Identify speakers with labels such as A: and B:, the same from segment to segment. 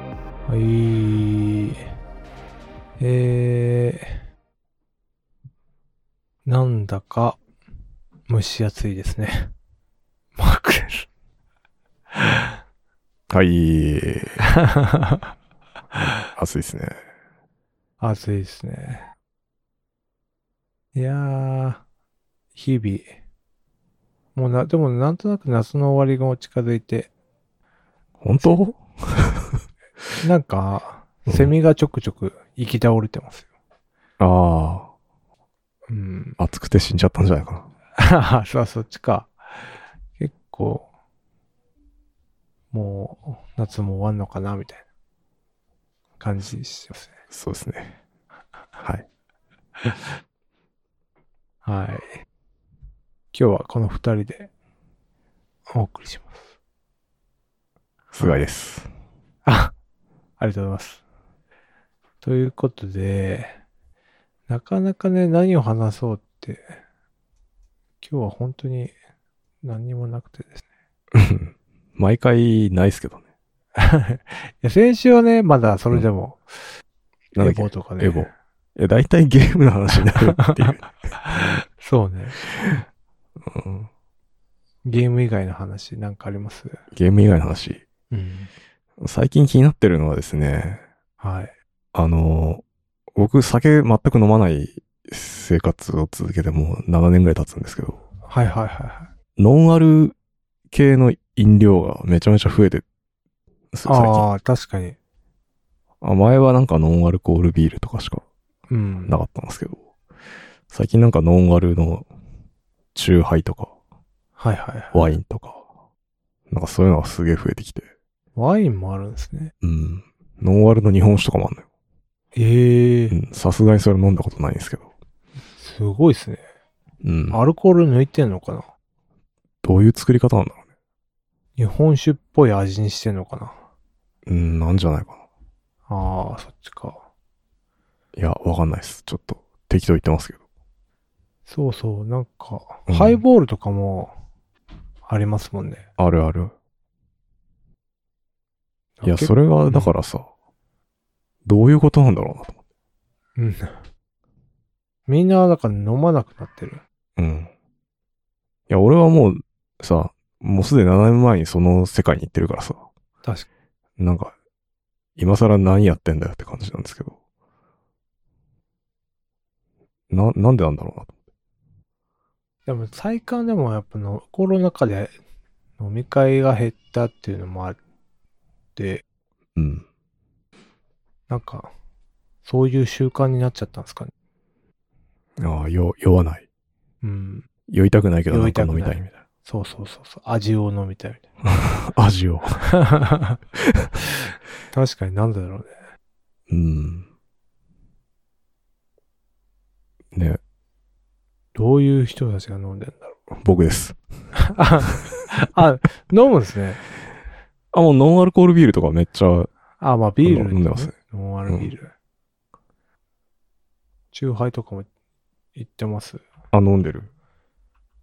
A: はい。えー、なんだか蒸し暑いですね。 マークです。
B: はい。暑いですね。
A: 暑いですね。いやー、日々。もうな、でもなんとなく夏の終わりが近づいて、
B: 本当
A: なんか、
B: うん
A: セミがちょくちょく行き倒れてますよ。
B: あ
A: うん。
B: あ、暑くて死んじゃったんじゃないかな。
A: あ そう、そっちか。結構、もう、夏も終わんのかな、みたいな感じですよね。
B: そうですね。はい。
A: はい。今日はこの二人でお送りします。
B: 菅井です。
A: あ、ありがとうございます。ということで、なかなかね、何を話そうって、今日は本当に何にもなくてですね。
B: 毎回ないっすけどね。
A: いや 先週はね、まだそれでも、
B: なんだ
A: エ
B: っけ
A: ボとかね。
B: エボえ、大体ゲームの話になるっ ていう。
A: そうね。
B: うん
A: ゲーム以外の話なんかあります
B: ゲーム以外の話。
A: うん。
B: 最近気になってるのはですね、
A: はい。
B: あの、僕酒全く飲まない生活を続けてもう7年ぐらい経つんですけど、
A: はいはいはいは
B: ノンアル系の飲料がめちゃめちゃ増えてるんです
A: い。
B: よ、最近。
A: ああ、確かに。
B: あ前はなんかノンアルコールビールとかしか
A: うん。
B: なかったんですけど、最近なんかノンアルのチューハイとか
A: はいはいはい。
B: ワインとか、なんかそういうのがすげえ増えてきて、
A: ワインもあるんですね。
B: うん。ノンアルの日本酒とかもあんのよ。
A: ええ
B: うん。さすがにそれ飲んだことないんですけど。
A: すごいですね。
B: うん。
A: アルコール抜いてんのかな
B: どういう作り方なんだろうね。
A: 日本酒っぽい味にしてんのかな
B: うん、なんじゃないかな。
A: ああ、そっちか。
B: いや、わかんないです。ちょっと適当言ってますけど。
A: そうそう、なんか、
B: うん
A: ハイボールとかもありますもんね。
B: あるある。いや、
A: 結
B: それが、だからさ、どういうことなんだろうなと思って。
A: うん。みんな、だから飲まなくなってる。
B: うん。いや、俺はもう、さ、もうすでに7年前にその世界に行ってるからさ、
A: 確か
B: なんか、今更何やってんだよって感じなんですけど。な、なんでなんだろうなと。
A: でも、最近でもやっぱの、コロナ禍で飲み会が減ったっていうのもあって、
B: うん。
A: なんか、そういう習慣になっちゃったんですかね。
B: ああ、酔、酔わない。
A: うん。
B: 酔いたくないけど、
A: 酔
B: なん
A: い
B: か
A: た
B: 飲
A: くない
B: みたいみたい
A: そうそうそうそう。味を飲みたいみたい
B: な。味を。
A: な。 確かになんだろうね。
B: うん。ね、
A: どういう人たちが飲んでんだろ う。
B: 僕です。
A: あ、あ飲むんですね。
B: あ、もうノンアルコールビールとかめっちゃ
A: あ、まあビール、
B: 飲んでますね。
A: ノンアルビール。チューハイとかも行ってます。
B: あ、飲んでる。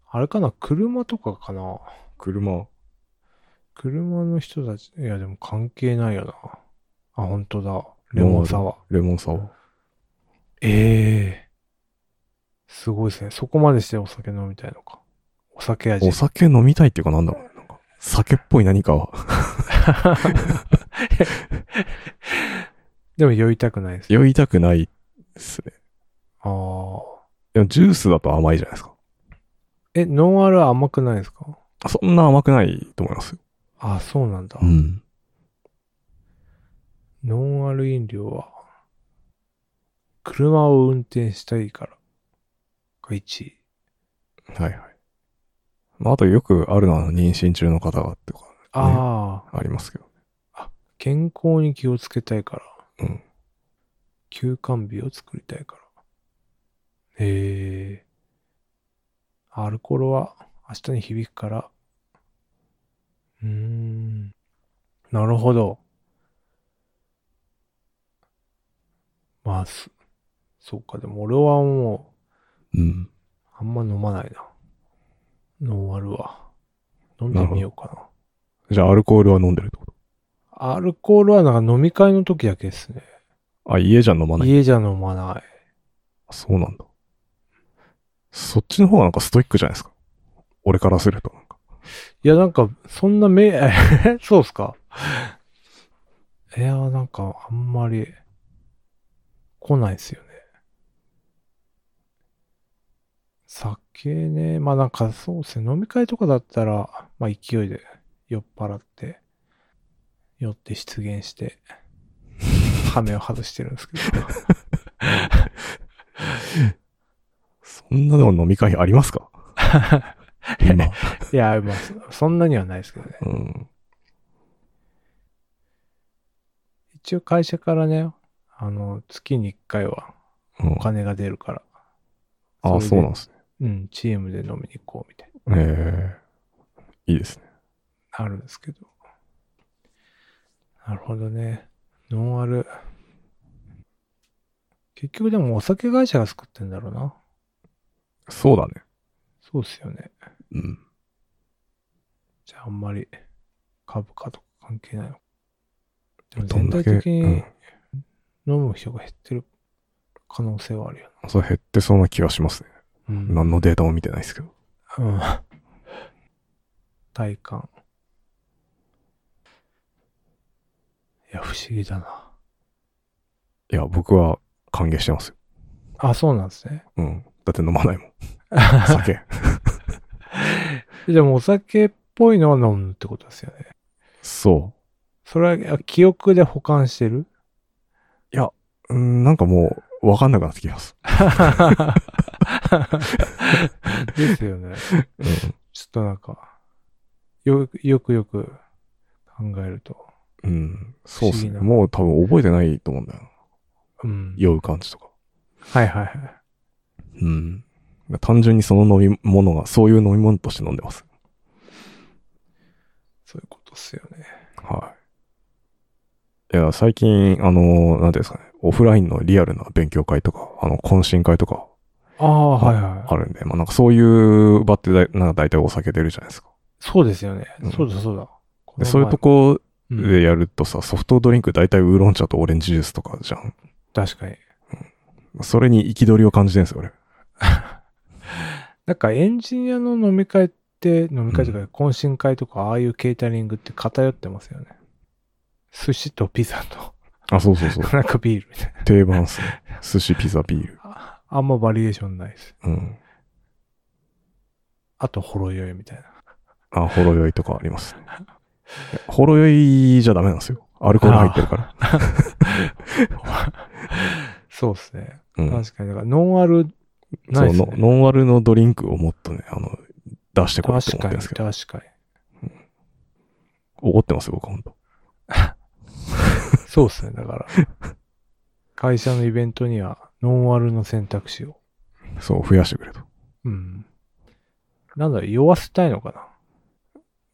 A: あれかな車とかかな
B: 車。
A: 車の人たち、いやでも関係ないよな。あ、本当だ。レモンサワー。
B: レモンサワー。
A: ええすごいですね。そこまでしてお酒飲みたいのか。お酒味
B: お。酒飲みたいっていうかなんだろうね。なんか、酒っぽい何かは
A: でも酔いたくないです。
B: 酔いたくないっすね。
A: ああ。
B: でもジュースだと甘いじゃないですか。
A: え、ノンアルは甘くないですか
B: そんな甘くないと思いますよ。
A: あ、そうなんだ。
B: ん。
A: ノンアル飲料は、車を運転したいから。が1位。
B: はいはい。まあ、あとよくあるのはあの妊娠中の方がとか
A: ああ、
B: ありますけど。
A: 健康に気をつけたいから。
B: うん。
A: 休館日を作りたいから。へえ。アルコールは明日に響くから。うーん。なるほど。まあ、す、そっか、でも俺はも
B: う
A: う、
B: ん。
A: あんま飲まないな。ノンアルは。飲んでみようかな。
B: じゃあアルコールは飲んでるってこと
A: アルコールはなんか飲み会の時だけですね。
B: あ、家じゃ飲まない。
A: 家じゃ飲まない。
B: そうなんだ。そっちの方がなんかストイックじゃないですか。俺からするとなんか。
A: いや、なんか、そんなめ、え そうっすか。いや、なんか、あんまり、来ないっすよね。酒ね、まあなんかそうっすね、飲み会とかだったら、まあ勢いで酔っ払って、酔って出現して、羽目を外してるんです けど。
B: そんなでも飲み会あります か今。
A: いや、まあ、そそんなにはないですけどね。
B: うん。
A: 一応会社からね、あの、月に1回は
B: うん
A: お、金が出るから、
B: ああ、
A: そ
B: そ
A: れで
B: うなんですね。
A: うん、チームで飲みに行こうみたい
B: ええいいですね。
A: な、あるんですけど。なるほどね。ノンアル。結局でもお酒会社が作ってんだろうな。
B: そうだね。
A: そうっすよね。
B: うん。
A: じゃああんまり株価とか関係ないの。でも
B: ど
A: 全
B: ん
A: 体
B: だけ、
A: 的
B: う
A: に
B: ん。
A: 飲む人が減ってる可能性はあるよ
B: そう減ってそうな気がしますね。
A: な。うん
B: 何のデータも見てないですけど。
A: うん。体感。いや、不思議だな。
B: いや、僕は歓迎してますよ。
A: あ、そうなんですね。
B: うん。だって飲まないもん。酒。
A: でも、お酒っぽいのは飲むってことですよね。
B: そ
A: それは、あ記憶で保管してる
B: う。うん、なんかもう、わかんなくなってきます。
A: ですよね。
B: うん。
A: ちょっとなんか、よく、よくよく考えると。
B: うん。そうです
A: 不思議
B: ね。
A: な
B: もう多分覚えてないと思うんだよな。
A: うん。
B: 酔う感じとか。
A: はいはいはい。
B: うん。単純にその飲み物が、そういう飲み物として飲んでます。
A: そういうことっすよね。
B: はい。いや、最近、あの、なんていうんですかね、オフラインのリアルな勉強会とか、あの、懇親会とか
A: ああ、はいはい。
B: あるんで、まあなんかそういう場ってだい、なんか大体お酒出るじゃないですか。
A: そうですよね。
B: うん
A: そうだそうだ。こ
B: で、
A: の前
B: そういうとこ
A: うん
B: でやるとさ、ソフトドリンク大体ウーロン茶とオレンジジュースとかじゃん。
A: 確かに。
B: それに憤りを感じてるんですよ、俺。
A: なんかエンジニアの飲み会って、飲み会とか懇親会とか、ああいうケータリングって偏ってますよね。寿司とピザと、
B: あ、そうそう そう。
A: なんかビールみたいな。
B: 定番っすね。寿司、ピザ、ビール。
A: ああんまバリエーションないです。
B: うん。
A: あと、ほろ酔いみたいな。
B: あ、ほろ酔いとかありますね。ほろ酔いじゃダメなんですよ。アルコール入ってる から。
A: そうですね。
B: うん。
A: 確かに。だから、ノンアル、
B: そ
A: な
B: う、
A: いです
B: ノ
A: ね。
B: ノンアルのドリンクをもっとね、あの、出してこいって
A: 確
B: 思って
A: か
B: るん
A: に、
B: ですけど。
A: 確かに。
B: 怒ってますよ、僕ほんと。
A: そうですね。だから、会社のイベントには、ノンアルの選択肢を。
B: そう、増やしてくれと。
A: うん。なんだろう、酔わせたいのかな。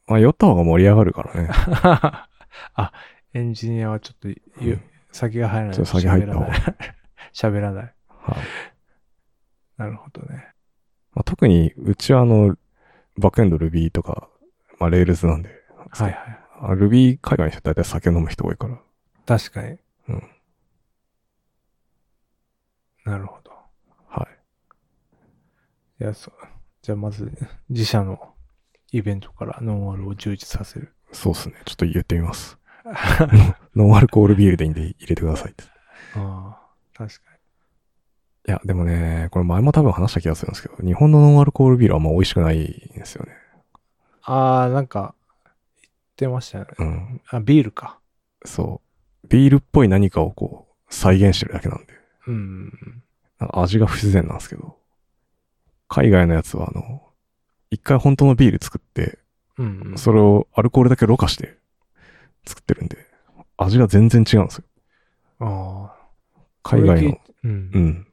B: まあ、酔った方が盛り上がるからね。
A: あ、エンジニアはちょっと言う、
B: うん
A: 先が入らない。
B: ちょっと先入った
A: 喋ら
B: 方が。
A: ない。 喋らない。
B: はい
A: なるほどね。
B: まあ、特に、うちはあの、バックエンド Ruby とか、まあ、Rails なんで、
A: はいはい。
B: あ Ruby 海外の人大体酒飲む人多いから。
A: 確かに。
B: うん
A: なるほど。
B: はい
A: や、そう。じゃあまず、自社のイベントからノンアルを充実させる。
B: い。そうっすね。ちょっと言ってみます。 ノンアルコールビールでいいんで入れてくださいって。
A: ああ、確かに。
B: いや、でもね、これ前も多分話した気がするんですけど、日本のノンアルコールビールはあんま美味しくないんですよね。
A: ああ、なんか、言ってましたよね。
B: うん。
A: あ、ビールか。
B: そう。ビールっぽい何かをこう、再現してるだけなんで。
A: うん。
B: なんか味が不自然なんですけど。海外のやつはあの、一回本当のビール作って、
A: うん、うん。
B: それをアルコールだけろ過して作ってるんで、味が全然違うんですよ。
A: ああ。
B: 海外
A: これ聞い
B: の
A: て。。うん
B: う。ん。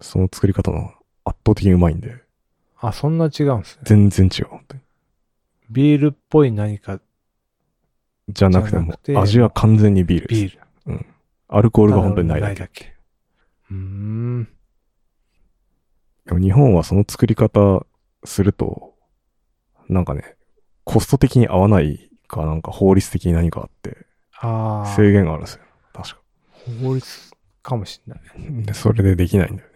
B: その作り方の圧倒的にうまいんで、
A: あ、そんな違うんですね。
B: 全然違う、本当に。
A: ビールっぽい何か
B: じゃなくて
A: じゃ
B: も
A: なくて、
B: 味は完全にビールです。
A: ビール。
B: アルコー
A: こ
B: ルが本当にないだけ。
A: だけ。うーん。
B: でも日本はその作り方すると、なんかね、コスト的に合わないか、なんか法律的に何かあって、
A: ああ、
B: 制限があるんですよ。確か。
A: 法律かもしんない。
B: で、それでできないんだよね。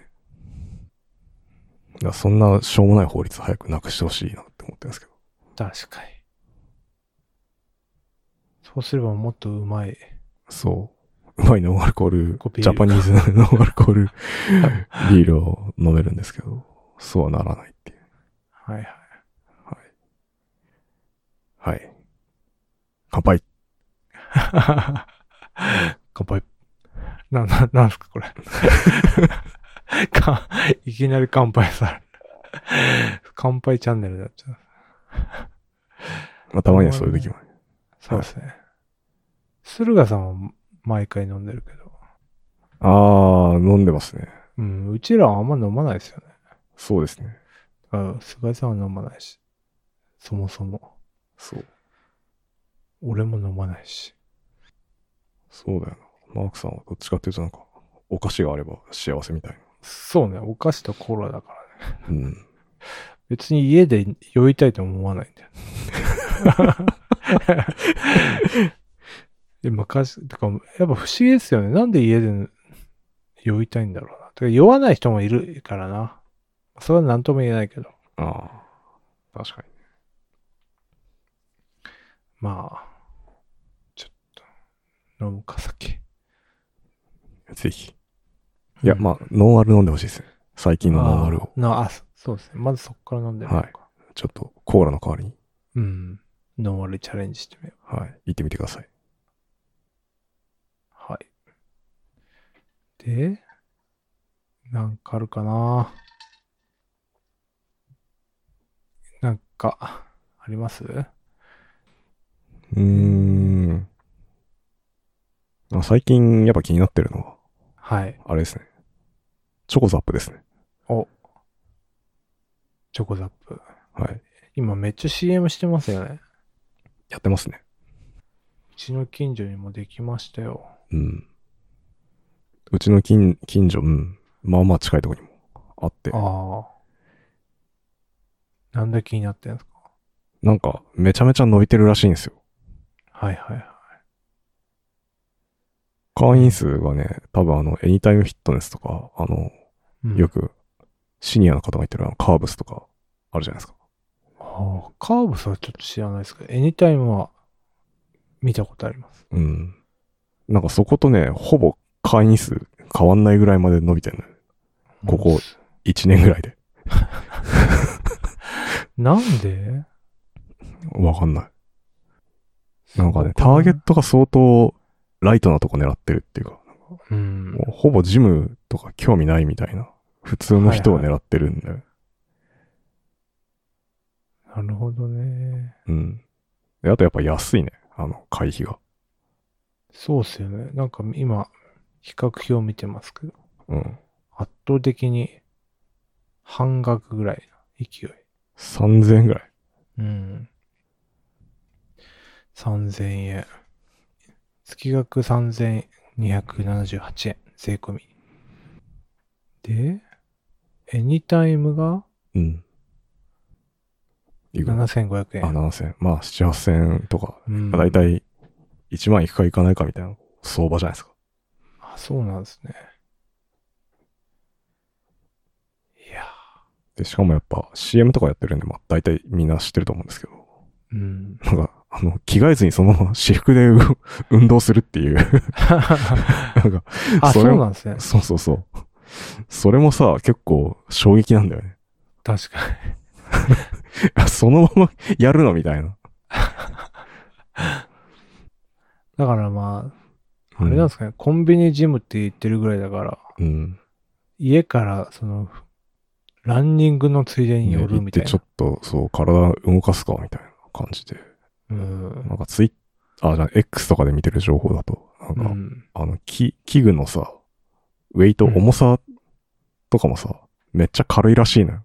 B: だからそんなしょうもない法律早くなくしてほしいなって思ってるんですけど。
A: 確かに。そうすればもっとうまい。
B: そう。うまいノンアルコール
A: コ、ピー
B: ジャパニーズの ノンアルコールビールを飲めるんですけど、そうはならないっていう。
A: はいは い。
B: はい。はい。乾杯。
A: 乾杯。な、な、なんすかこれ。 か、いきなり乾杯される。乾杯チャンネルになっちゃう。
B: まあ、たまにはそういう時もある。
A: そうですね。駿河さんは毎回飲んでるけど。
B: あー、飲んでますね。
A: うん、うちらはあんま飲まないですよね。
B: そうですね。
A: うん、菅井さんは飲まないし。そもそも。
B: そう。
A: 俺も飲まないし。
B: そうだよな。マークさんはどっちかっていうとなんか、お菓子があれば幸せみたい
A: そうね、お菓子とコーラだからね。
B: な。うん。
A: 別に家で酔いたいとも思わないんだよね。 で昔、とか、やっぱ不思議ですよね。なんで家で酔いたいんだろうな。てか酔わない人もいるからな。それは何とも言えないけど。
B: ああ。確かに。
A: まあ、ちょっと、飲むか酒。
B: ぜひ。いや、まあ、ノンアル飲んでほしいですね。最近のノンアルを。
A: あなあ、そそうですね。まずそこから飲んでみようか。
B: ちょっと、コーラの代わりに、
A: うん。ノンアルチャレンジしてみよう。
B: はい、行ってみてください。
A: はい。で、なんかあるかななんか、あります
B: うーん。まあ、最近、やっぱ気になってるのは、
A: はい。
B: あれですね。チョコザップですね。
A: お。チョコザップ。
B: はい。
A: 今めっちゃ CM してますよね。
B: やってますね。
A: うちの近所にもできましたよ。
B: うん。うちの近、近所、うん。まあまあ近いところにもあって、
A: ああ。なんで気になってんすか
B: なんか、めちゃめちゃ伸びてるらしいんですよ。
A: はいはいはい。
B: 会員数がね、多分あの、エニタイムフィットネスとか、あの、
A: うん
B: よく、シニアの方が言ってるあのカーブスとか、あるじゃないですか。
A: ああカーブさ、ちょっと知らないですけど、エニタイムは見たことあります。
B: うん。なんかそことね、ほぼ会員数変わんないぐらいまで伸びてるのよ。ここ1年ぐらいで。
A: なんで
B: わかんない。なんかね、ターゲットが相当ライトなとこ狙ってるっていうか、
A: うん
B: も。うほぼジムとか興味ないみたいな、普通の人を狙ってるんだよ。
A: なるほどね。
B: うん。で、あとやっぱ安いね。あの、会費が。
A: そうっすよね。なんか今、比較表を見てますけど、
B: うん。
A: 圧倒的に半額ぐらいの勢い。
B: 3000円ぐらい。
A: うん。3000円。月額3278円。税込み。で、エニタイムが
B: うん。いくら
A: 7500
B: あ、
A: 円。
B: 7000円。まあ、7、8000円とか。
A: うん
B: だいたい1万いくかいかないかみたいな相場じゃないですか。
A: あ、そうなんですね。いや
B: で、しかもやっぱ CM とかやってるんで、まあ、大体みんな知ってると思うんですけど、
A: ー、うん。
B: なんか、あの、着替えずにそのま ま私服でう運動するっていう、 なんか、
A: あ、
B: そ
A: そ
B: れ
A: う
B: も
A: なんですね。
B: そうそうそう。それもさ、結構衝撃なんだよね。
A: 確かに。
B: そのまま やるのみたいな。
A: だからまあ、あれなんですかね、コンビニジムって言ってるぐらいだから、
B: うんうん。
A: 家からその、ランニングのついでに寄
B: ね
A: るみたい
B: 行
A: な
B: って。ちょっと、そう、体動かすかみたいな感じで。
A: う
B: なん
A: ん。
B: かツイッ、あ、じゃあ X とかで見てる情報だと、なん
A: う
B: か、
A: ん、
B: あの、器器具のさ、ウェイト、
A: うん
B: 重さとかもさ、めっちゃ軽いらしいのよ。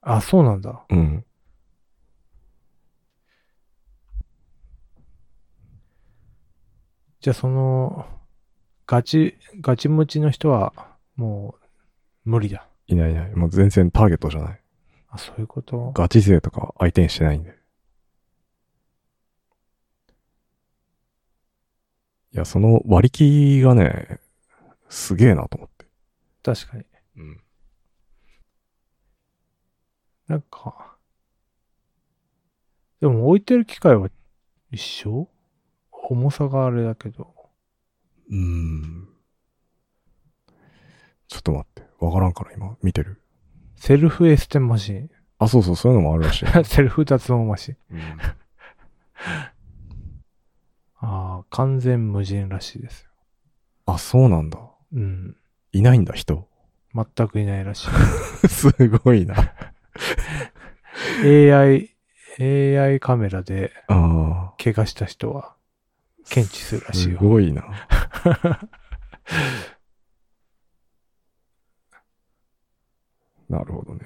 A: あ、そうなんだ。
B: うん。
A: じゃあその、ガチ、ガチムチの人は、もう、無理だ。
B: いないいない。もう全然ターゲットじゃない。
A: あ、そういうこと
B: ガチ勢とか相手にしてないんで。いや、その割り切りがね、すげえなと思って。
A: 確かに。
B: うん。
A: なんか、でも置いてる機械は一緒重さがあれだけど。
B: うん。ちょっと待って。わからんから今、見てる。
A: セルフエステマシン。
B: あ、そうそう、そういうのもあるらしい。
A: セルフ脱毛マシン。
B: うん、
A: ああ、完全無人らしいですよ。
B: あ、そうなんだ。
A: うん。
B: いないんだ、人。
A: 全くいないらしい。
B: すごいな。あ
A: AI、AI カメラで
B: あ。
A: 怪我した人は検知するらしい
B: す
A: よ。
B: ごいな。 なるほどね。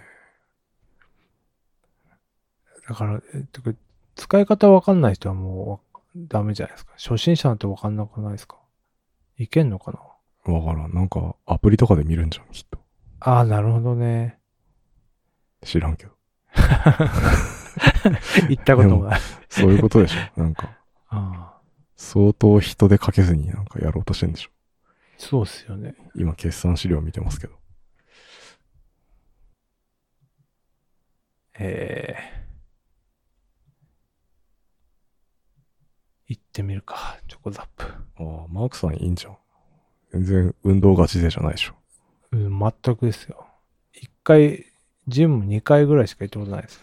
A: だから、えてか使い方わかんない人はもうわダメじゃないですか。初心者なんてわかんなくないですかいけんのかな
B: わからん。なんか、アプリとかで見るんじゃん、きっと。
A: ああ、なるほどね。
B: 知らんけど。
A: 行ったこともない。
B: そういうことでし ょ。なんか、
A: ああ
B: 相当人でかけずになんかやろうとしてんでしょ。
A: そうっすよね。
B: 今、決算資料見てますけど。
A: ええ行ってみるか、チョコザップ。
B: ああ、マークさんいいんじゃん。全然運動がちでじゃないでしょ。
A: うん、全くですよ。一回、ジム2回ぐらいしか行ったことないです。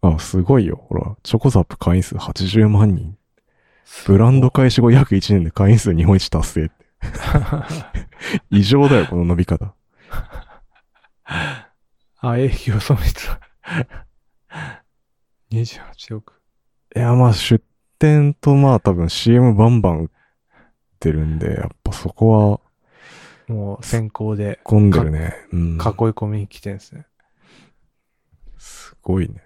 B: ああ、すごいよ。ほら、チョコザップ会員数80万人。ブランド開始後約1年で会員数日本一達成って。異常だよ、この伸び方。
A: あ、営業損 失だ。28億。
B: いや、まあ、出店とまあ、多分 CM バンバン打ってるんで、やっぱそこは
A: もう先行で
B: 混んでるね。うん。
A: 囲い込みに来てんですね。
B: すごいね。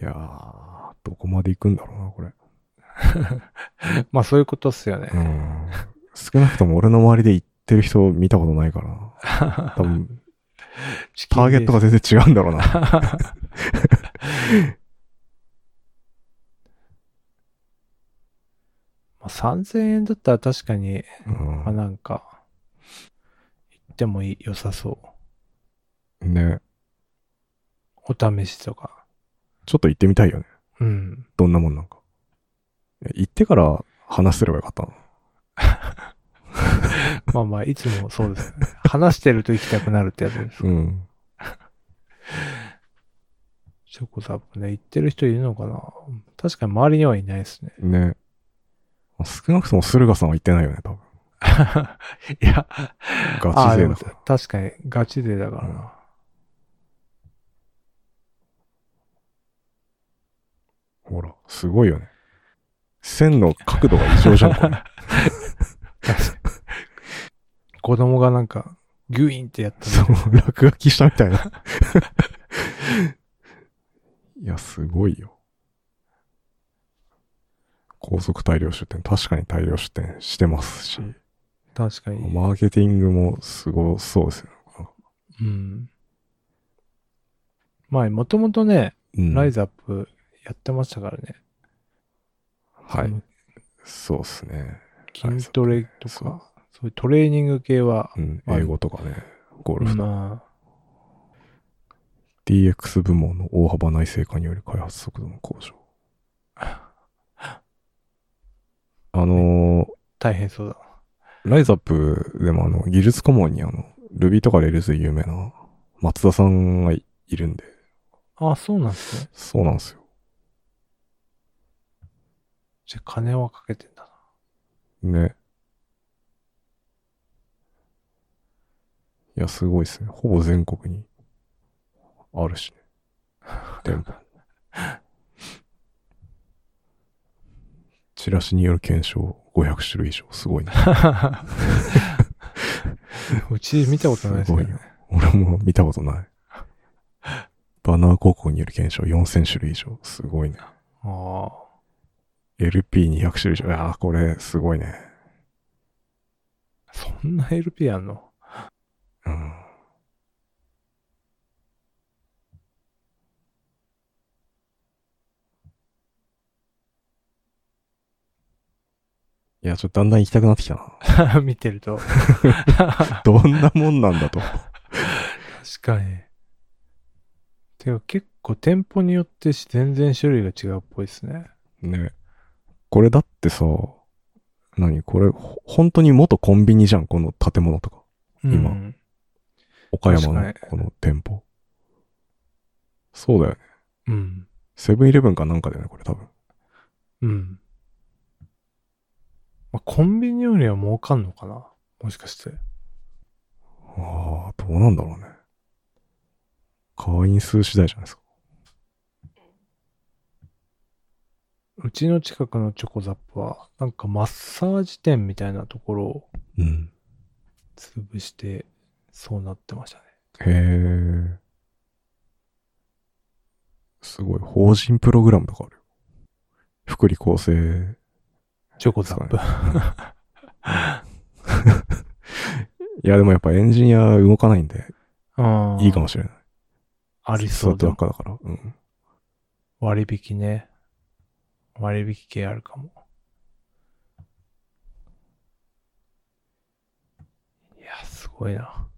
B: いやー、どこまで行くんだろうな、これ。
A: まあそういうことっすよね。
B: うん。少なくとも俺の周りで行ってる人見たことないからな。多分、
A: チキ
B: タ
A: ン
B: ーゲットが全然違うんだろうな。
A: まあ、3000円だったら確かに、
B: うん
A: まあ、なんか、行ってもいい良さそう。
B: ね。
A: お試しとか。
B: ちょっと行ってみたいよね。
A: うん。
B: どんなもんなんか。いや行ってから話すればよかったな。
A: まあまあ、いつもそう です、ね。話してると行きたくなるってやつです。
B: うん。
A: チョコザップね、行ってる人いるのかな確かに周りにはいないですね。
B: ね。まあ少なくとも駿河さんは行ってないよね、多分。
A: いや、
B: ガチ勢
A: あ
B: だ
A: ーで
B: か
A: も確かにガチ勢だからな。
B: うんら。ほら、すごいよね。線の角度が異常じゃん、これ。
A: 確かに子供がなんか、ギュインってやった
B: そ
A: の
B: う、 落書きしたみたいな。 いや、すごいよ。高速大量出店、確かに大量出店してますし、
A: 確かに。
B: マーケティングもすごそうですよね。
A: うん。まあ、もともとね、
B: うん
A: ライズアップやってましたからね。
B: はい
A: その。
B: そうですね。
A: 筋トレとか、そういうトレーニング系は、
B: うん、
A: はい
B: 英語とかね、ゴルフとか
A: まあ、
B: DX 部門の大幅内製化による開発速度の向上。あの
A: 大変そうだな。
B: ー、ライズアップでもあの、技術顧問にあの、Ruby とか Rails で有名な松田さんがいいるんで、
A: あそうなんですね。
B: そうなんですよ。
A: じゃあ金はかけてんだな。
B: ね。いや、すごいですね。ほぼ全国にあるしね。 店舗。チラシによる検証500種類以上。すごいな。
A: うち見たことないですけどね
B: す。俺も見たことない。バナー高校による検証4000種類以上。すごいね。
A: あ
B: LP200 種類以上。いやー、これ、すごいね。
A: あ、そんな LP あんの
B: うん。いや、ちょっとだんだん行きたくなってきたな。
A: 見てると。
B: どんなもんなんだと。
A: 確かに。てか結構店舗によってし全然種類が違うっぽいです ね。
B: ね。これだってさ、何これ、ほ本当に元コンビニじゃん、この建物とか。今
A: うん
B: 岡山の
A: 確か
B: この店舗。そうだよね。
A: うん。
B: セブンイレブンかなんかだよね、これ多分。
A: うん。まあ、コンビニよりは儲かんのかなもしかして。
B: ああ、どうなんだろうね。会員数次第じゃないですか。
A: うちの近くのチョコザップは、なんかマッサージ店みたいなところを
B: うん。
A: 潰して、そうなってましたね。
B: へえ。すごい、法人プログラムとかあるよ。福利厚生。
A: チョコザップ。
B: いや、でもやっぱエンジニア動かないんで、
A: うん。
B: いいかもしれない。
A: ありそう
B: だ
A: だ
B: っ。かだから。うん。
A: 割引ね。割引系あるかも。いや、すごいな。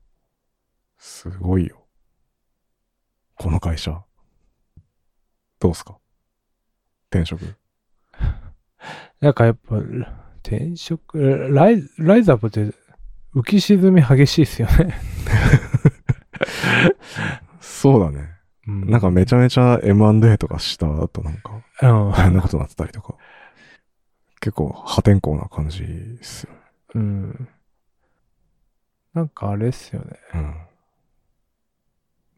B: すごいよ。この会社。どうすか転職。
A: なんかやっぱ、転職、ライライズアップって浮き沈み激しいですよね。
B: そうだね。
A: うん
B: なんかめちゃめちゃ M&A とかした後なんか、
A: うん
B: 大変なことになってたりとか。結構破天荒な感じっすよ。
A: うん。なんかあれっすよね。
B: うん。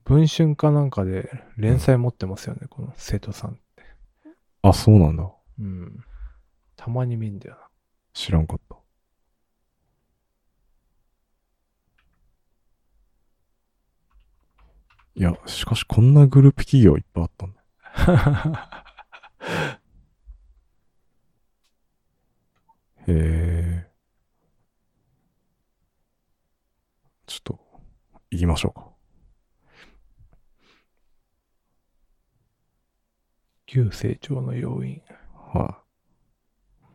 A: 文春かなんかで連載持ってますよね、この生徒さん。
B: あ、そうなんだ。
A: うん。たまに見んだよ
B: 知らんかった。いや、しかしこんなグループ企業いっぱいあったんだ。
A: な。
B: へえ。ちょっと、行きましょうか。
A: 急成長の要因。
B: はい、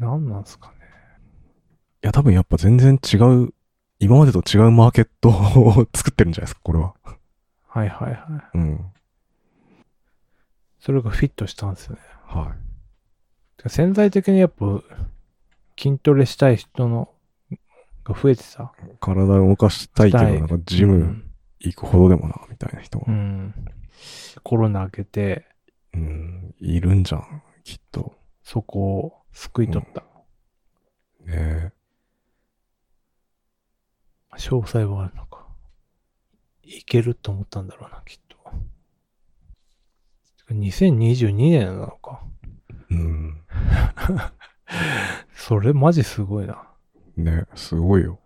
A: なんなんすかね。
B: いや、多分やっぱ全然違う、今までと違うマーケットを 作ってるんじゃないですか、これは。
A: はいはいはい。
B: うん。
A: それがフィットしたんですよね。
B: は
A: てか潜在的にやっぱ筋トレしたい人のが増えてた。
B: い。体を動かしたいけ
A: し
B: ど、
A: たい
B: なんかジム行くほどでもな、みたいな人
A: う
B: が、
A: ん。コロナ明けて、
B: うん、いるんじゃん、きっと。
A: そこを救い取った。
B: ねえ。
A: 詳細はあるのか。いけると思ったんだろうな、きっと。2022年なのか。
B: うん。
A: それマジすごいな。
B: ねえ、すごいよ。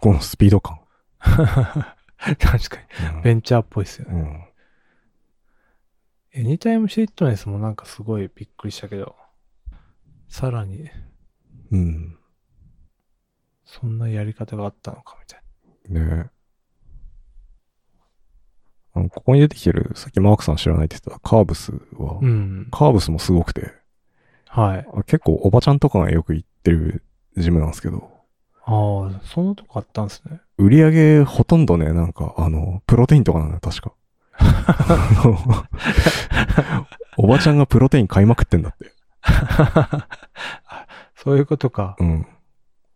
B: このスピード感。
A: 確か
B: うん
A: に。ベンチャーっぽいっすよね。
B: うん。
A: エニタイムフィットネスもなんかすごいびっくりしたけど、さらに
B: うん。
A: そんなやり方があったのかみたい
B: ねえ。あの、ここに出てきてる、さっきマークさん知らないって言ってたカーブスは、
A: な。うん。
B: カーブスもすごくて、
A: はい。
B: あ結構おばちゃんとかがよく行ってるジムなんですけど、
A: ああ、そんなとこあったんですね。
B: 売り上げほとんどね、なんか、あの、プロテインとかなんだよ、確か。あのおばちゃんがプロテイン買いまくってんだって。
A: あそういうことか。
B: うん。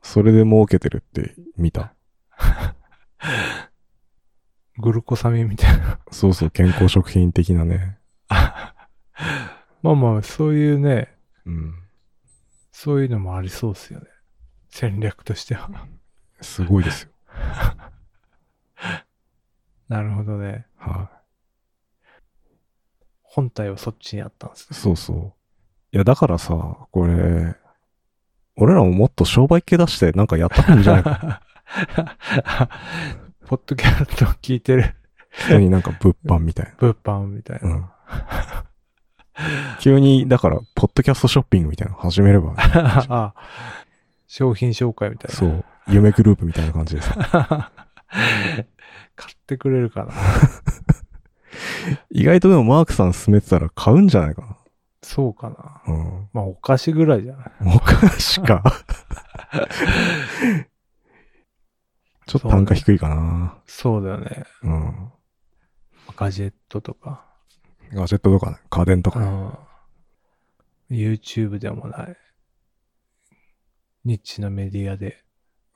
B: それで儲けてるって見た。
A: グルコサミンみたいな。
B: そうそう、健康食品的なね。
A: まあまあ、そういうね、
B: うん。
A: そういうのもありそうですよね。戦略としては。
B: すごいですよ。
A: なるほどね。
B: は
A: 本体はそっちにあったんです
B: い。
A: ね。
B: そうそう。いや、だからさ、これ、俺らももっと商売系出してなんかやったんじゃないか。
A: ポッドキャストを聞いてる
B: 人になんか物販みたい
A: 物販みたい
B: な。う
A: な。
B: ん。急に、だから、ポッドキャストショッピングみたいなの始めれば、
A: あ 商品紹介みたいな。
B: そう、夢グループみたいな感じです。
A: 買ってくれるかな。
B: 意外とでもマークさん勧めてたら買うんじゃないかな。
A: そうかな。
B: うん。
A: まあ、お菓子ぐらいじゃない
B: お菓子 か。ちょっと単価低いかな。
A: そうだよね。
B: うん。
A: ガジェットとか。
B: ガジェットとか、ね、家電と
A: う
B: か、ね
A: ん。YouTube でもない。ニッチなメディアで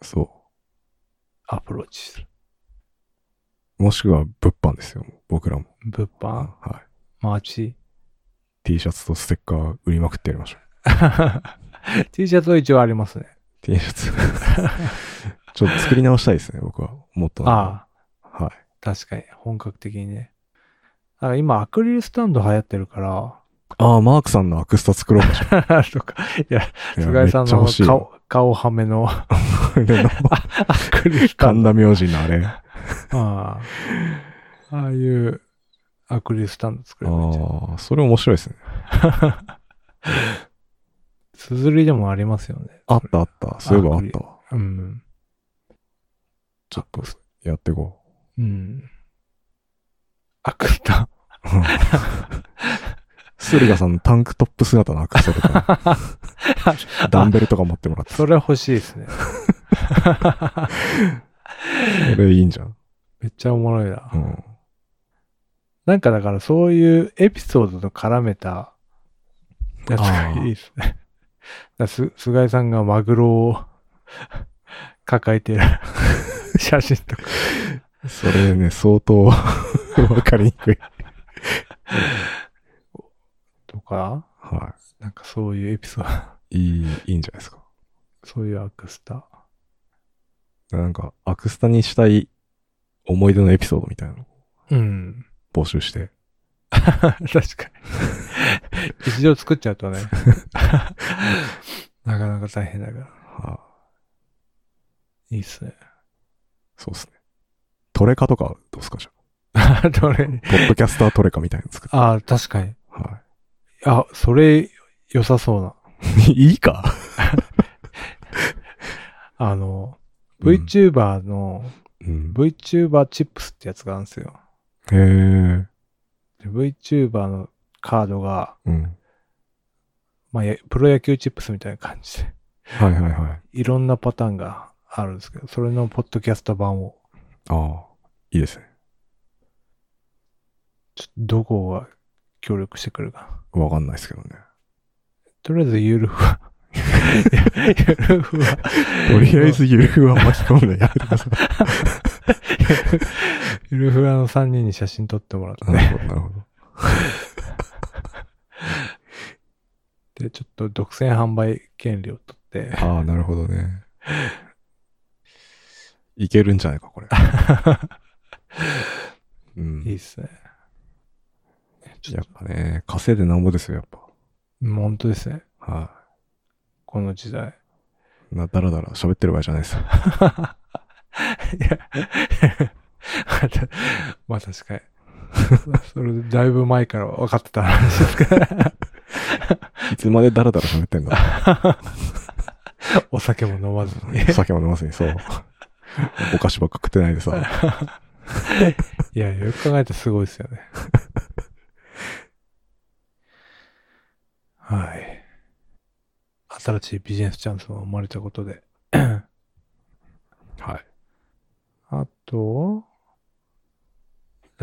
B: そ
A: アプローチする。
B: う。もしくは物販ですよ。僕らも。
A: 物販
B: は
A: マー チ
B: い。T シャツとステッカー売りまくってやりましょう。
A: ?T シャツは一応ありますね。
B: T シャツ。 ちょっと作り直したいですね、僕は。もっと。
A: ああ、
B: あ。はい。
A: 確かに。本格的にね。だから今、アクリルスタンド流行ってる か
B: ああ、マークさんのアクスタ作ろうかし
A: ら、とか、
B: ら。
A: 菅井さん
B: いや
A: の
B: めっちゃ欲
A: 顔、顔はめ のア
B: しいよ。
A: クリルスタン
B: 神
A: ド。
B: 田明神のあれ。 あ
A: ああああいうアクリルスタンド作ればいいんじゃん
B: あ、それ面白いですね。
A: すずりでもありますよね。
B: あったあった。そういえばあったわ。
A: うん。
B: ちょっと、やっていこ
A: うん。アクスタ。
B: う。 スリガさんのタンクトップ姿のアクスタとか、 ダンベルとか持ってもらって。
A: それ欲しいですね。
B: それいいんじゃん。
A: めっちゃおもろいな。
B: うん。
A: なんかだからそういうエピソードと絡めたやつが
B: あー
A: いいですね。だ からす菅井さんがマグロを 抱えて る写真とか。
B: それね、相当、 わかりにくい。
A: とか、
B: は
A: なんかそういうエピソー
B: い。いい、いいんじゃないですか。
A: ド、そういうアクスタ。
B: なんか、アクスタにしたい思い出のエピソードみたいなのを
A: うん。
B: 募集して。
A: 確かに。一度作っちゃう とね。なかなか大変だから。
B: はい
A: いっすね。
B: そうですね。トレカとかどうすかじゃ
A: どれに
B: あ。ポッドキャスタートレカみたいなの作って。
A: ああ、確かに。
B: は
A: あ、それ、良さそうな。
B: い。 いいか
A: あの、
B: うん
A: VTuber の、
B: うん。
A: VTuber チップスってやつがあるんですよ。
B: へえ。
A: で VTuber のカードが、
B: うん。
A: まあ、やプロ野球チップスみたいな感じで、
B: はいはいはい。
A: いろんなパターンがあるんですけど、それのポッドキャスト版を、
B: ああ、いいですね。
A: ちょっとどこが協力してくるかな。
B: わかんないですけどね。
A: とりあえずゆるふわ。ゆるふわ。
B: とりあえずゆるふわ巻き込んでやめてください。
A: ゆるふわの3人に写真撮ってもらって、
B: なるほど、なるほど。
A: で、ちょっと独占販売権利を取って、
B: ああ、なるほどね。いけるんじゃないか、 これ。う
A: いいっ
B: ん。
A: すね。ちょ
B: や
A: っ
B: っぱね、稼いでなんぼですよ、やっ
A: と、もう本当ですね。
B: ぱ。は
A: この時代。
B: い。な、だらだら喋ってる場合じゃないですよ。
A: いや、まあ確かに。それでだいぶ前から分かってた話ですけど、
B: いつまでだらだら喋ってんだ
A: お酒も飲まずに。
B: お 酒も飲まずに、そう。お菓子ばっか食ってないでさ。
A: いや、よく考えてすごいですよね。 はい。新しいビジネスチャンスも生まれたことで。
B: はい。
A: あと、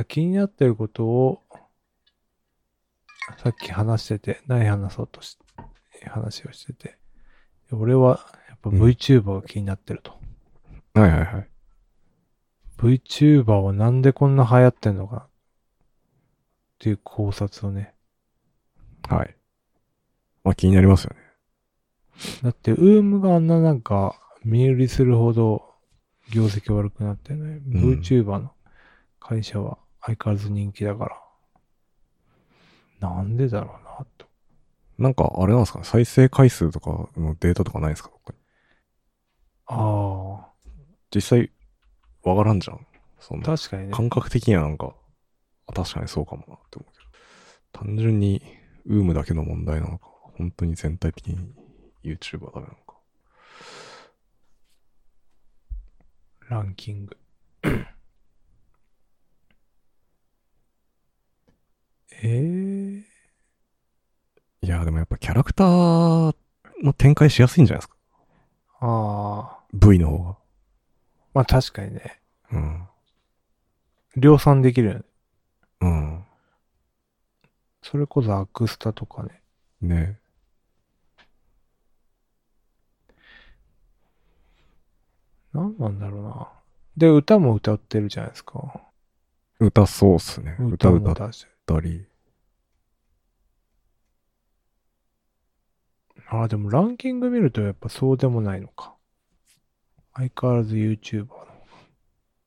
A: 気になってることを、さっき話してて、何話そうとし、話をしてて、俺はやっぱ
B: うん
A: VTuber が気になってると。
B: はいはいはい。
A: VTuber はなんでこんな流行ってんのかなっていう考察をね。
B: はい。まあ気になりますよね。
A: だって、ウームがあんななんか、見売りするほど業績悪くなってね、
B: ん
A: VTuber の会社は相変わらず人気だから。なんでだろうな、と。
B: なんかあれなんですかね、再生回数とかのデータとかないですかどっかに
A: あ
B: 実際、わからんじゃん。そん
A: あ、
B: な。
A: 確かにね。
B: 感覚的にはなんか、あ確かにそうかもなって思うけど。単純に、ウームだけの問題なのか、本当に全体的に YouTuber ダメなのか。
A: ランキング。ええ
B: いキャラクターの展開しやすいんじゃないですか。
A: ああ。
B: V の方が。
A: まあ確かにね。
B: うん。
A: 量産できるよね。
B: うん。
A: それこそアクスタとかね。
B: ね
A: 何なんだろうな。で、歌も歌ってるじゃないですか。
B: 歌そうっすね。歌
A: も
B: 歌っ
A: 出してる。
B: たり。
A: ああ、でもランキング見るとやっぱそうでもないのか。相変わらず YouTuber の。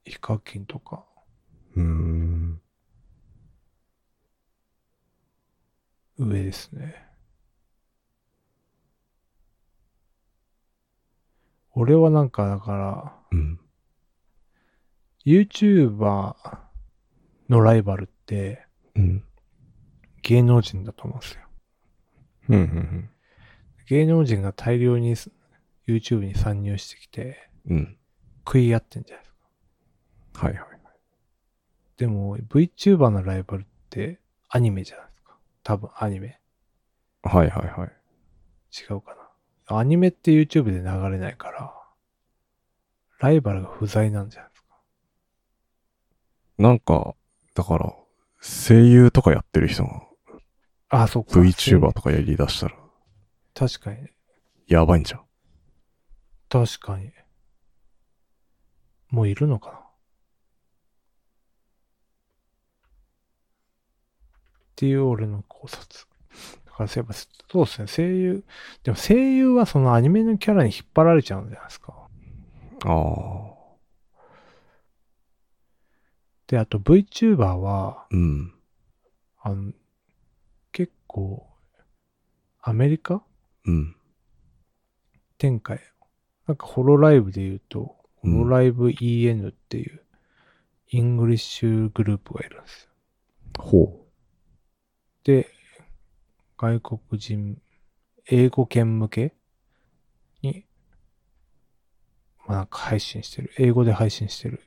A: ヒカキンとか。
B: うーん。
A: 上ですね。俺はなんかだから、
B: うん。
A: YouTuber のライバルって
B: うん。
A: 芸能人だと思うんですよ。
B: うん。うん。
A: 芸能人が大量に YouTube に参入してきて
B: うん。
A: 食い合ってんじゃないですか。
B: はいはい。
A: でも VTuber のライバルってアニメじゃないですか。多分アニメ。
B: はいはいはい。
A: 違うかな。アニメって YouTube で流れないから、ライバルが不在なんじゃないですか。
B: なんか、だから、声優とかやってる人が
A: あ、そっか。
B: VTuber とかやり出したら、
A: 確かにね。
B: やばいんじゃん。
A: 確かに。もういるのかなっていう俺の考察。だからやっぱ、そうですね、声優。でも声優はそのアニメのキャラに引っ張られちゃうんじゃないですか。
B: ああ。
A: で、あと VTuber は、
B: うん。
A: あの、結構、アメリカ
B: うん。
A: 展開。なんかホロライブで言うと、ホ
B: うん
A: ロライブ EN っていう、イングリッシュグループがいるんですよ。
B: ほ
A: で、外国人、英語圏向けに、まあ、なんか配信してる。英語で配信してる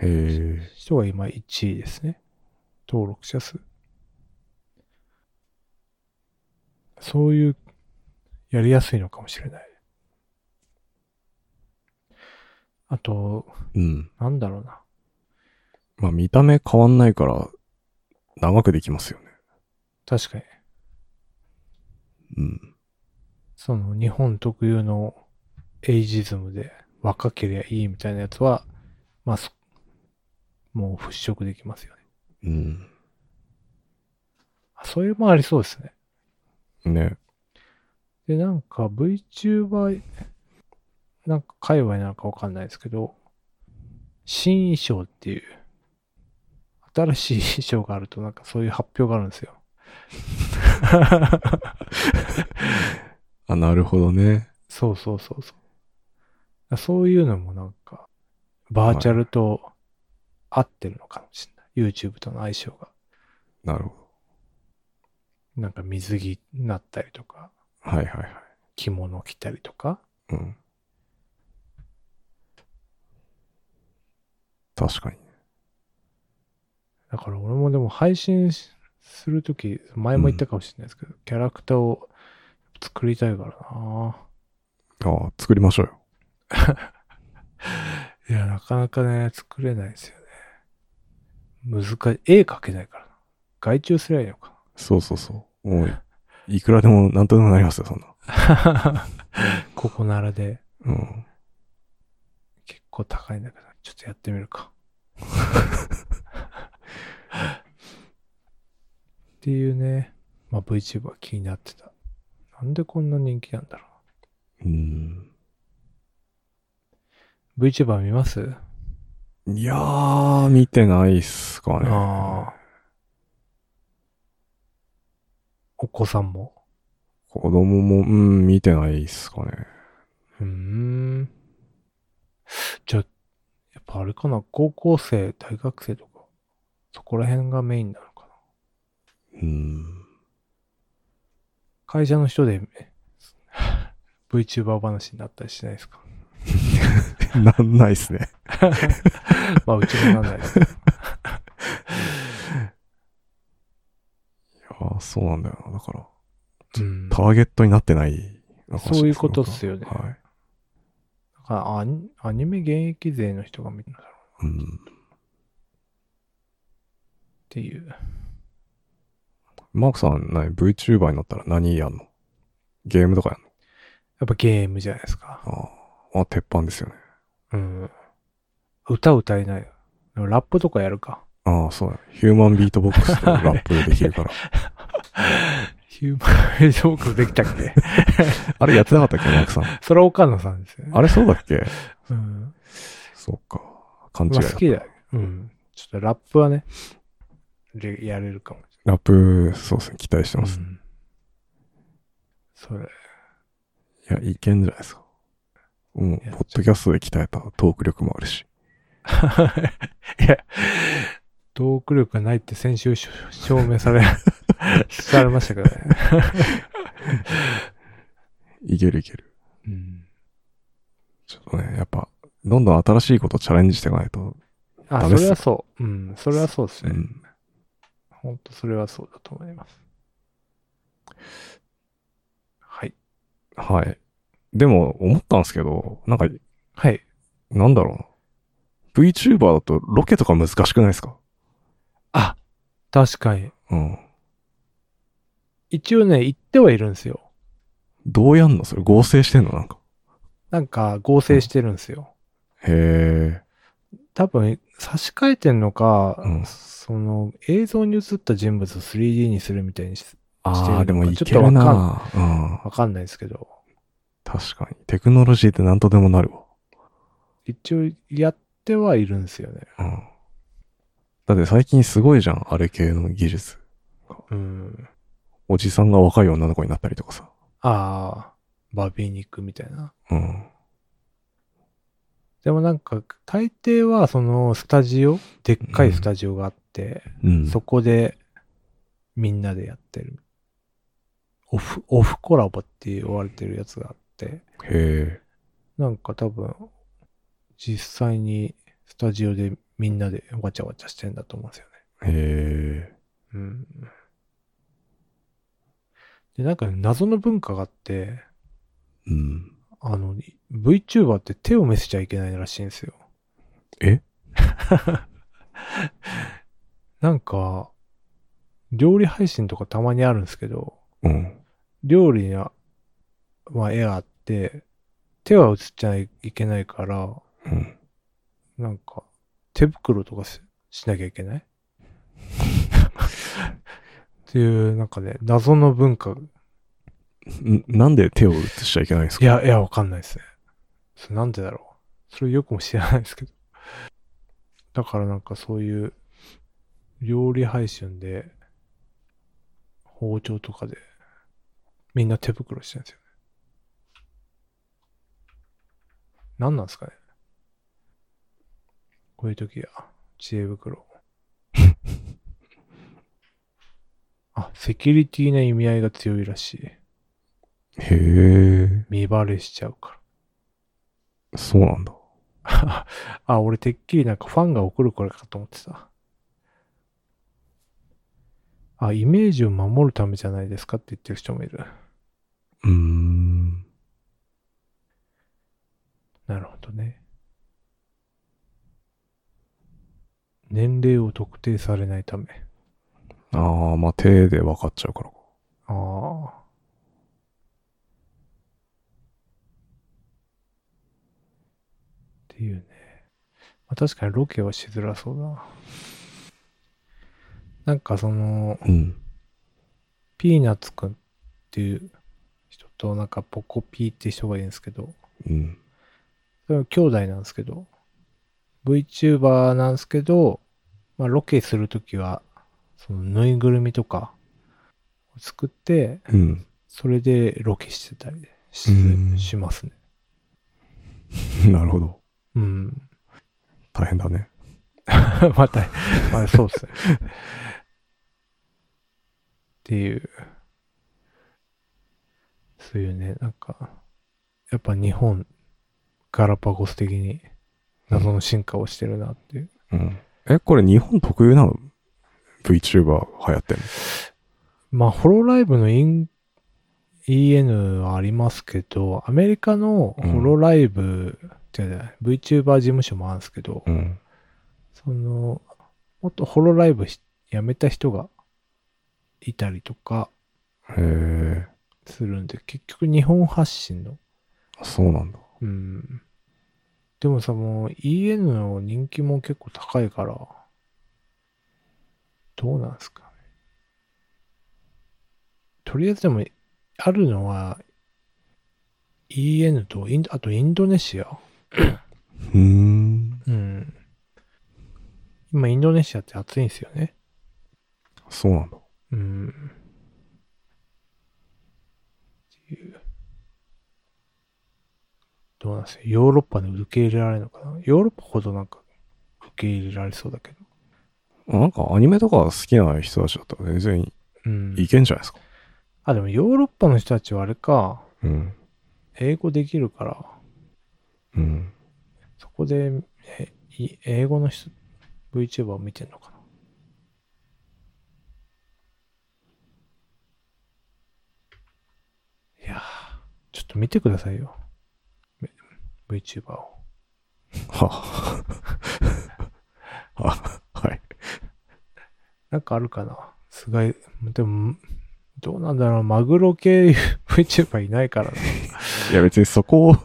B: う。へえ。
A: 人が今1位ですね。登録者数。そういう、やりやすいのかもしれない。あと、
B: うん。
A: なんだろうな。
B: まあ見た目変わんないから、長くできますよね。
A: 確かに、
B: うん。
A: その日本特有のエイジズムで若ければいいみたいなやつは、まあ、そもう払拭できますよね。
B: うん。
A: あそういうのもありそうですね。
B: ね。
A: で、なんか VTuber、なんか界隈なのかわかんないですけど、新衣装っていう、新しい衣装があるとなんかそういう発表があるんですよ。
B: あ、なるほどね。
A: そうそうそうそう。そういうのもなんか、バーチャルと合ってるのかもしれない。YouTube との相性が。
B: なるほど。
A: なんか水着になったりとか、
B: はいはいはい。
A: 着物着たりとか。
B: うん。確かに。
A: だから俺もでも配信しするとき、前も言ったかもしれないですけど、キャラクターを作りたいからな
B: ああ、作りましょうよ。
A: いや、なかなかね、作れないですよね。難しい。絵描けないからな。外注すりゃいいの か
B: そうそうそう。もう、いくらでもなんとでもなりますよ、そんな。
A: な。ここならで。
B: うん。
A: 結構高いんだけど、ちょっとやってみるか。っていうね、まあ、VTuber 気になってた。なんでこんな人気なんだろ
B: うん。
A: う。VTuber 見ます、
B: いやー、見てないっすかね。
A: ああ。お子さんも。
B: 子供も、うん、見てないっすかね。
A: うーん。じゃあ、やっぱあれかな、高校生、大学生とか、そこら辺がメインなのかな。
B: うん。
A: 会社の人で VTuber 話になったりしないですか
B: なんないっすね。
A: まあ、うちもなんない ですけど。
B: いやーそうなんだよな。だから、
A: うん
B: ターゲットになってないのかもしれな
A: そういうことっすよね
B: なんかはい。
A: だからアニアニメ現役勢の人が見るんだろうなっ
B: うん。
A: ていう。
B: マークさん、何 ?VTuber になったら何やんのゲームとかやんの
A: やっぱゲームじゃないですか。
B: ああ。あ、鉄板ですよね。
A: うん。歌歌えないよ。でもラップとかやる か。
B: ああ、そうだ。ヒューマンビートボックスとラップででき るから。
A: ヒューマンエイジボックスできたっ け
B: あれやってなかったっけ、マークさん。
A: それは岡野さんですよね。
B: あれそうだっけ
A: うん。
B: そうか。勘違い
A: まあ
B: だった。
A: 好きだよ。うん。ちょっとラップはね、でやれるかもし
B: ラップ、そうですね。期待して
A: れ
B: ま
A: ない。
B: す。
A: うんそれ、
B: いや、いけんじゃないですか。もう、
A: や
B: ポッドキャストで鍛えたトーク力もあるし。
A: いや、トーク力がないって先週しょ証明 され、されましたけどね。
B: いけるいける。
A: うん。
B: ちょっとね、やっぱ、どんどん新しいことチャレンジしていかないと。
A: あ、そ
B: ダメっす
A: れはそう。うん。それはそうです
B: う
A: ね。
B: ん。
A: ほんとそれはそうだと思います。はい。
B: はい。でも、思ったんですけど、なんか、
A: はい。
B: なんだろうな。VTuber だとロケとか難しくないですか
A: あ、確かに。
B: うん。
A: 一応ね、行ってはいるんですよ。
B: どうやんのそれ合成してんのなんか。
A: なんか合成してるんですよ。
B: へえ。
A: 多分、差し替えてんのか、
B: うん
A: その、映像に映った人物を 3D にするみたいにししてるの
B: あ
A: か
B: あ、でもいけ
A: ちょっ
B: る
A: とわ
B: な。うん。
A: わかんないですけど、
B: 確かに。テクノロジーって何とでもなるわ。
A: 一応やってはいるんですよね。
B: うん。だって最近すごいじゃん。あれ系の技術。
A: うん。
B: おじさんが若い女の子になったりとかさ。
A: ああ、バビ肉みたいな。
B: うん。
A: でもなんか、大抵はそのスタジオ、でっかいスタジオがあって、
B: うん。
A: そこでみんなでやってる。オフ、オフコラボって呼ばれてるやつがあって、
B: へえ。
A: なんか多分、実際にスタジオでみんなでわちゃわちゃしてんだと思うんですよね。
B: へえ。
A: うん。で、なんか謎の文化があって、
B: うん。
A: あの、VTuber って手を見せちゃいけないらしいんですよ。
B: え
A: なんか、料理配信とかたまにあるんですけど、
B: うん。
A: 料理には、まあ、絵があって、手は映っちゃいけないから、
B: うん。
A: なんか、手袋とかししなきゃいけないっていう、なんかね、謎の文化。
B: んなんで手を映しちゃいけないんです
A: い
B: か
A: や、いや、わかんないですね。それなんでだろう。それよくも知らないですけど。だからなんかそういう、料理配信で、包丁とかで、みんな手袋してるんですよね。何なんですかね。こういう時や、知恵袋。 あ、セキュリティな意味合いが強いらしい。
B: へえ。
A: 見バレしちゃうから。
B: そうなんだ。
A: あ、俺てっきりなんかファンが怒るこれかと思ってた。あ、イメージを守るためじゃないですかって言ってる人もいる。
B: うーん。
A: なるほどね。年齢を特定されないため。
B: ああ、まあ手で分かっちゃうからか。
A: ああ。っていうね。まあ、確かにロケはしづらそうだな。なんかその、
B: うん。
A: ピーナッツくんっていう人と、なんかポコピーって人がいるんですけど、
B: うん。
A: それは兄弟なんですけど、VTuber なんですけど、まあ、ロケするときは、そのぬいぐるみとかを作って、
B: うん。
A: それでロケしてたりし
B: うん
A: しますね。
B: なるほど。
A: うん。
B: 大変だね。
A: また、まあ、そうっすね。っていう、そういうね、なんか、やっぱ日本、ガラパゴス的に謎の進化をしてるなっていう。
B: うん。え、これ日本特有なの ?VTuber 流行ってんの
A: まあ、ホロライブのイン EN はありますけど、アメリカのホロライブ、じゃない VTuber 事務所もあるんですけど、
B: うん。
A: その、もっとホロライブしやめた人がいたりとか
B: へえ、
A: するんで、結局日本発信の。
B: そうなんだ。
A: うん。でもさ、もう EN の人気も結構高いから、どうなんですかね。とりあえずでも、あるのは、EN とインド、あとインドネシア。
B: うーん。
A: うん。今、インドネシアって暑いんですよね。
B: そうなんだ。
A: うん。っていう。どうなんですかヨーロッパで受け入れられるのかなヨーロッパほどなんか受け入れられそうだけど。
B: なんかアニメとか好きな人たちだったら全然
A: うん。
B: いけんじゃないですか。
A: あ、でもヨーロッパの人たちはあれか、
B: うん。
A: 英語できるから、
B: うん。
A: そこで、えい英語の人、VTuber を見てんのかないやーちょっと見てくださいよ。め VTuber を。
B: はあ。あ、はい。
A: なんかあるかなすごい、でも、どうなんだろう。 マグロ系 VTuber いないからな。
B: いや別にそ こを、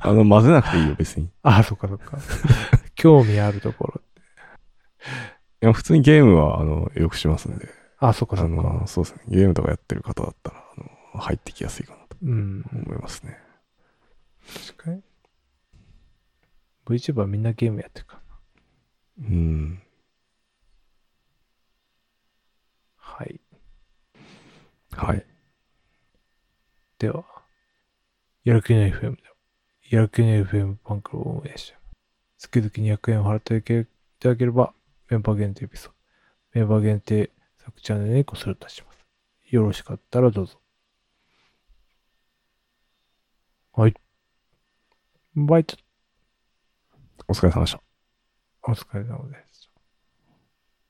B: あの、混ぜなくていいよ、別に。い
A: あ、そっかそっ か。興味あるところ。
B: や、普通にゲームは、あの、よくしますんで。
A: あ、そっか
B: あ
A: そっ
B: の、
A: か。
B: そうですね。ゲームとかやってる方だったら、あの、入ってきやすいかなと
A: うん。
B: 思いますね。
A: 確かに。VTuber みんなゲームやってるから。
B: うん。
A: はい。
B: はい。
A: では、やる気の FM では、やる気の FM パンクロを運営して、月々200円を払っていただければ、メンバー限定エピソード、メンバー限定作チャンネルにごスルタします。よろしかったらどうぞ。はい。バイト、
B: お疲れ様でした。
A: お疲れ様です。